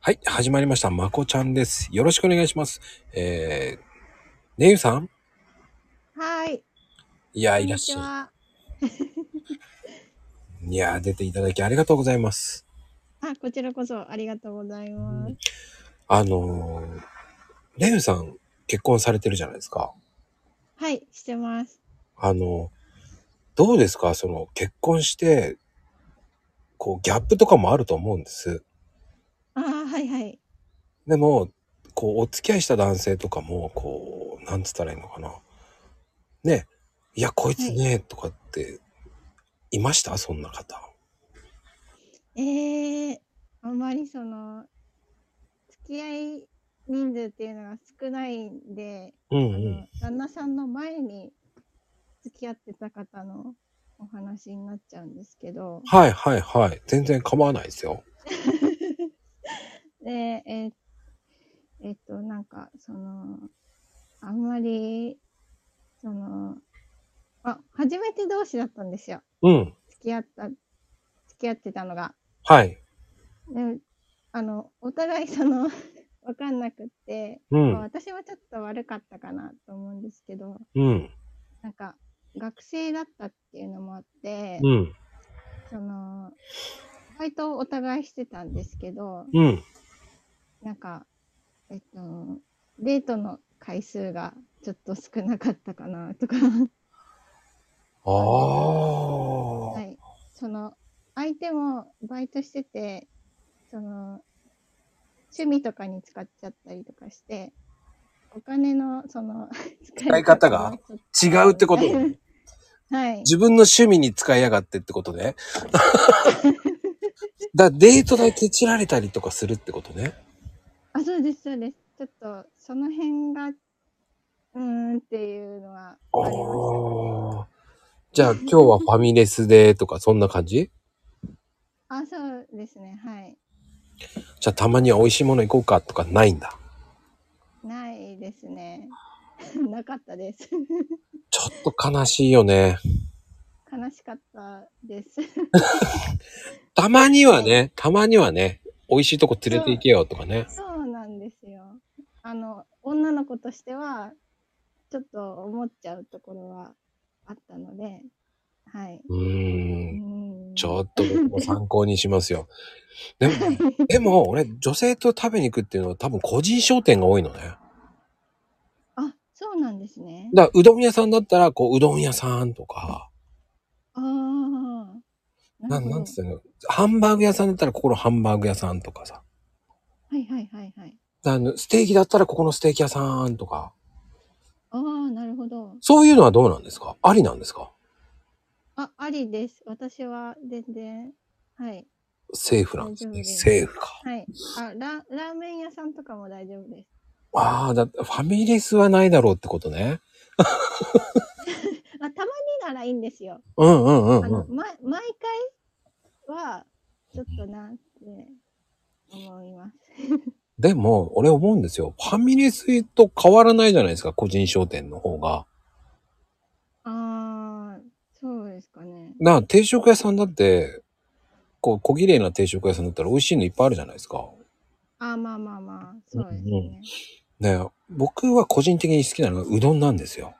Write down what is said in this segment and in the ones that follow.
はい、始まりました。まこちゃんです。よろしくお願いします。えー、ねゆさんはい。いや、こんいらにっしちゃは。い。いや、出ていただきありがとうございます。あ、こちらこそありがとうございます。あのー、ねゆさん、結婚されてるじゃないですか。はい、してます。あのー、どうですかその、結婚して、こう、ギャップとかもあると思うんです。あー、はいはい。でも、こう、お付き合いした男性とかも、こう、なんつったらいいのかな。ね、いや、こいつね、とかって、いましたそんな方。えー、あんまりその、付き合い人数っていうのが少ないんで、うんうあん。の、旦那さんの前に付き合ってた方のお話になっちゃうんですけど、はいはいはい。全然構わないですよ。で、えーえっと、なんか、その、あんまり、その、あ、初めて同士だったんですよ。うん。付き合った、付き合ってたのが。はい。であの、お互いその、 わかんなくって、うまあん。私はちょっと悪かったかなと思うんですけど、うん。なんか、学生だったっていうのもあって、うん。その、バイトをお互いしてたんですけど、うん。なんか、えっと、デートの回数がちょっと少なかったかなとか、ああ。は。はいい、その相手もバイトしててその趣味とかに使っちゃったりとかしてお金のその 使い方がちょっ違うって ことはい自分の趣味に使いやがってってことね。 だデートだけ散られたりとかするってことね。あそうですそうですちょっとその辺がうーんっていうのはあありましたあ。じゃあ今日はファミレスでとかそんな感じあそうですねはいじゃあたまには美味しいもの行こうかとかないんだ。ないですね なかったです ちょっと悲しいよね。悲しかったですたまにはね、たまにはね、美味しいとこ連れて行けよとか ね。そうなんですよ。あの、女の子としては、ちょっと思っちゃうところはあったので、はい。うーん。うんちょっと僕も参考にしますよ。 でも、でも俺、女性と食べに行くっていうのは多分個人商店が多いのね。あ、そうなんですね。だからうどん屋さんだったら、こう、うどん屋さんとか、ああ。なるほん、どなんつったのハンバーグ屋さんだったら、ここのハンバーグ屋さんとかさ。はいはいはいはい。あの、ステーキだったら、ここのステーキ屋さんとか。ああ、なるほど。そういうのはどうなんですかありなんですかあ、ありです。私は全然、はい。セーフなんです大丈ね。夫ですセーフか。はい。あ、ララーメン屋さんとかも大丈夫です。ああ、だファミレスはないだろうってことね。あ、たまにならいいんですよ。うんうんうんあうの、ん。ま、毎回は、ちょっとなって思います。でも、俺思うんですよ。ファミレスと変わらないじゃないですか、個人商店の方が。ああ、そうですかね。なあ定食屋さんだってこう小綺麗な定食屋さんだったら美味しいのいっぱいあるじゃないですか。あーまあまあまあ、そうですうね。ねえ僕は個人的に好きなのがうどんなんですよ。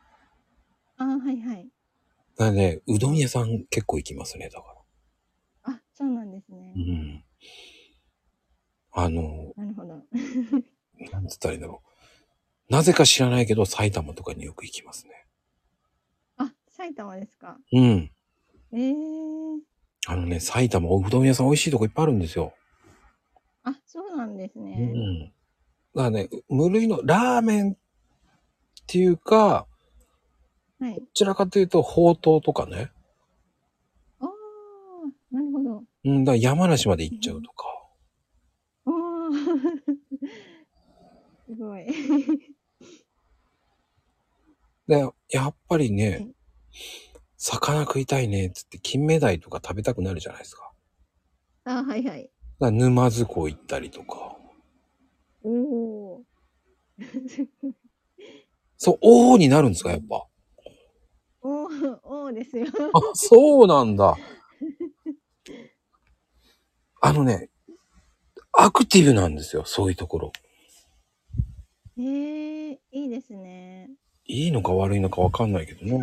ああー、はいはい。だからねうどん屋さん結構行きますねだから。あ、そうなんですねう。ん。あのなるほど。なんつったらいいんだろう。なぜか知らないけど埼玉とかによく行きますね。あ、埼玉ですか。うん。ええあのね埼玉うどん屋さん美味しいとこいっぱいあるんですよ。あ、そうなんですうね。ん。だからね無類のラーメンっていうかはいど。ちらかというとほうとうとかね。ああ、なるほど。うん、だから山梨まで行っちゃうとか。ああ、 すごい。で、やっぱりはねい、魚食いたいねっつって、金目鯛とか食べたくなるじゃないですか。あーはいはい。だから沼津港行ったりとか。おお。そう、おーになるんですか、やっぱ。おーおーですよ。 あ、そうなんだ。あのね、アクティブなんですよ、そういうところ。えー、いいですね。いいのか悪いのかわかんないけどね。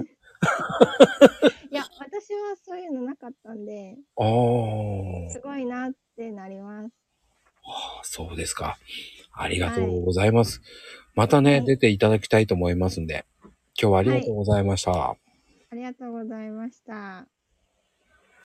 いや、私はそういうのなかったんで、あすごいなってなります。あ、そうですか。ありがとうございます。またね、はい出ていただきたいと思いますんで、今日はありがとうございました。ありがとうございました。